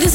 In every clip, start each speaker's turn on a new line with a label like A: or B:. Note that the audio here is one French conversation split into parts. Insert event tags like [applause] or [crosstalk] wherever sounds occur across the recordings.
A: this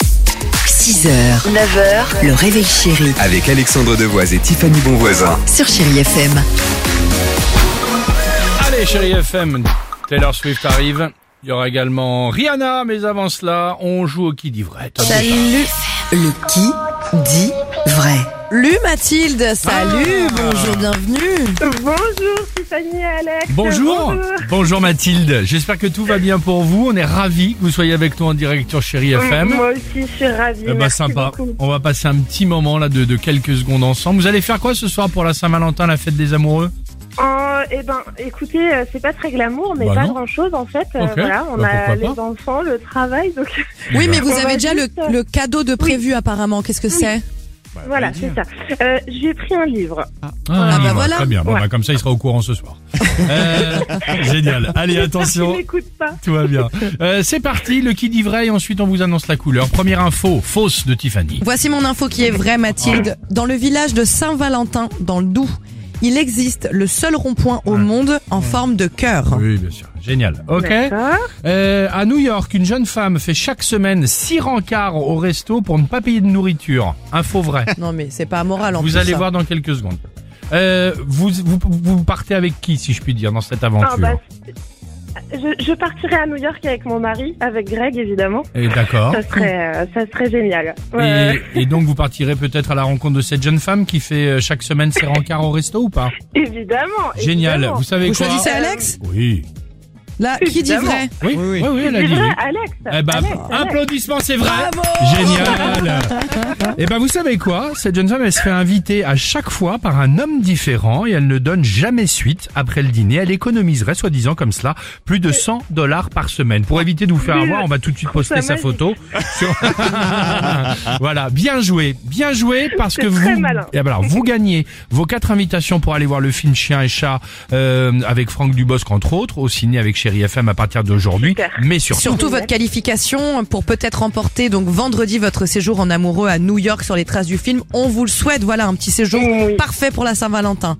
B: 6h, 9h, le réveil chéri
C: avec Alexandre Devoise et Tiffany Bonvoisin.
B: sur Chérie FM.
D: Allez, chérie FM, Taylor Swift arrive. Il y aura également Rihanna, mais avant cela, on joue au qui dit vrai. Top départ.
B: Salut. Le qui dit vrai. Lu Mathilde, salut, bonjour, bienvenue.
E: Bonjour Tiffany et Alex.
D: Bonjour. Bonjour Mathilde. J'espère que tout va bien pour vous. On est ravis que vous soyez avec nous en direct sur Chérie FM.
E: Moi aussi, je suis ravie.
D: Eh ben,
E: Merci
D: sympa.
E: beaucoup.
D: On va passer un petit moment là de, de quelques secondes ensemble. Vous allez faire quoi ce soir pour la Saint-Valentin, la fête des amoureux
E: Euh, eh ben, écoutez, euh, c'est pas très glamour, mais
D: Bah
E: pas
D: non.
E: grand chose en fait. Euh,
D: Ok.
E: voilà, on
D: Bah,
E: a
D: pourquoi
E: les
D: pas.
E: enfants, le travail, donc [laughs]
D: Eh
B: Oui,
D: ben,
B: mais vous
E: On
B: avez
E: va
B: déjà le,
E: juste-
B: le cadeau de prévu apparemment. Qu'est-ce que c'est
D: bah,
E: voilà,
D: allez-y.
E: c'est ça. Euh, J'ai pris un livre.
D: Ah,
B: Ah, bah,
D: bah,
B: voilà.
D: Très bien. Bon,
E: Ouais.
D: bah, comme ça, il sera au courant ce
E: [laughs]
D: soir. Euh, génial. Allez,
E: Il
D: attention.
E: m'écoute pas.
D: Tout va [laughs] bien. Euh, c'est parti, le qui dit vrai et ensuite on vous annonce la couleur. Première info, fausse de Tiffany.
B: Voici mon info qui est vraie, Mathilde. Dans le village de Saint-Valentin, dans le Doubs, il existe le seul rond-point au monde en forme de cœur.
D: Oui, bien sûr. Génial. Ok.
E: D'accord.
D: Euh, à New York, une jeune femme fait chaque semaine six rencarts au resto pour ne pas payer de nourriture. Info vrai.
B: Non mais c'est pas moral en
D: vous
B: plus,
D: allez
B: ça.
D: voir dans quelques secondes. Euh, vous, vous, vous partez avec qui, si je puis dire, dans cette aventure
E: Ah, bah, c'est- je, je partirai à New York avec mon mari, avec Greg évidemment.
D: Eh, D'accord.
E: Ça serait, euh, ça serait génial. Ouais.
D: Et, et donc vous partirez peut-être à la rencontre de cette jeune femme qui fait euh, chaque semaine ses rencarts au resto ou pas
E: Évidemment.
D: Génial.
E: Ah, évidemment.
D: Vous savez
B: Vous
D: quoi
B: choisissez Alex
D: Oui.
B: Là, qui dit
E: Évidemment.
B: vrai
D: Oui, oui, oui, elle a
E: C'est
D: dit
E: vrai,
D: oui.
E: Alex.
D: Eh ben,
E: Alex, Alex.
D: applaudissements, c'est vrai.
B: Bravo
D: Génial. Eh ben, vous savez quoi Cette jeune femme, elle se fait inviter à chaque fois par un homme différent et elle ne donne jamais suite après le dîner. Elle économiserait, soi-disant comme cela, plus de 100 dollars par semaine. Pour éviter de vous faire
E: Mais
D: avoir,
E: je
D: on va tout de suite poster
E: ça
D: sa
E: magique.
D: photo. sur- [laughs] voilà, bien joué, bien joué parce
E: C'est
D: que
E: très
D: vous,
E: malin.
D: Eh ben alors, vous gagnez vos quatre invitations pour aller voir le film Chien et Chat euh, avec Franck Dubosc entre autres, au ciné avec Chéri FM à partir d'aujourd'hui,
E: Super.
D: mais surtout.
B: Surtout votre qualification pour peut-être remporter donc vendredi votre séjour en amoureux à New York sur les traces du film. On vous le souhaite, voilà un petit séjour
E: Oui.
B: parfait pour la Saint-Valentin.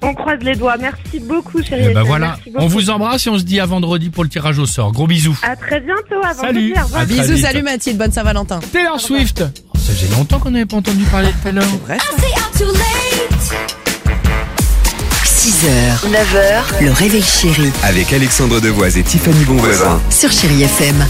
E: On croise les doigts. Merci beaucoup, chérie.
D: Eh ben
E: Estelle.
D: voilà,
E: Merci
D: on
E: beaucoup.
D: vous embrasse et on se dit à vendredi pour le tirage au sort. Gros bisous.
E: À très bientôt. Avant
D: Salut.
E: de dire, au revoir.
D: À très
B: Bisous,
D: vite.
B: salut Mathilde, bonne Saint-Valentin.
D: Taylor Swift. Oh, ça faisait longtemps qu'on n'avait pas entendu parler de Taylor.
B: 6h, 9h, le réveil chéri
C: Avec Alexandre Devoise et Tiffany Bonvoisin.
B: sur Chéri FM.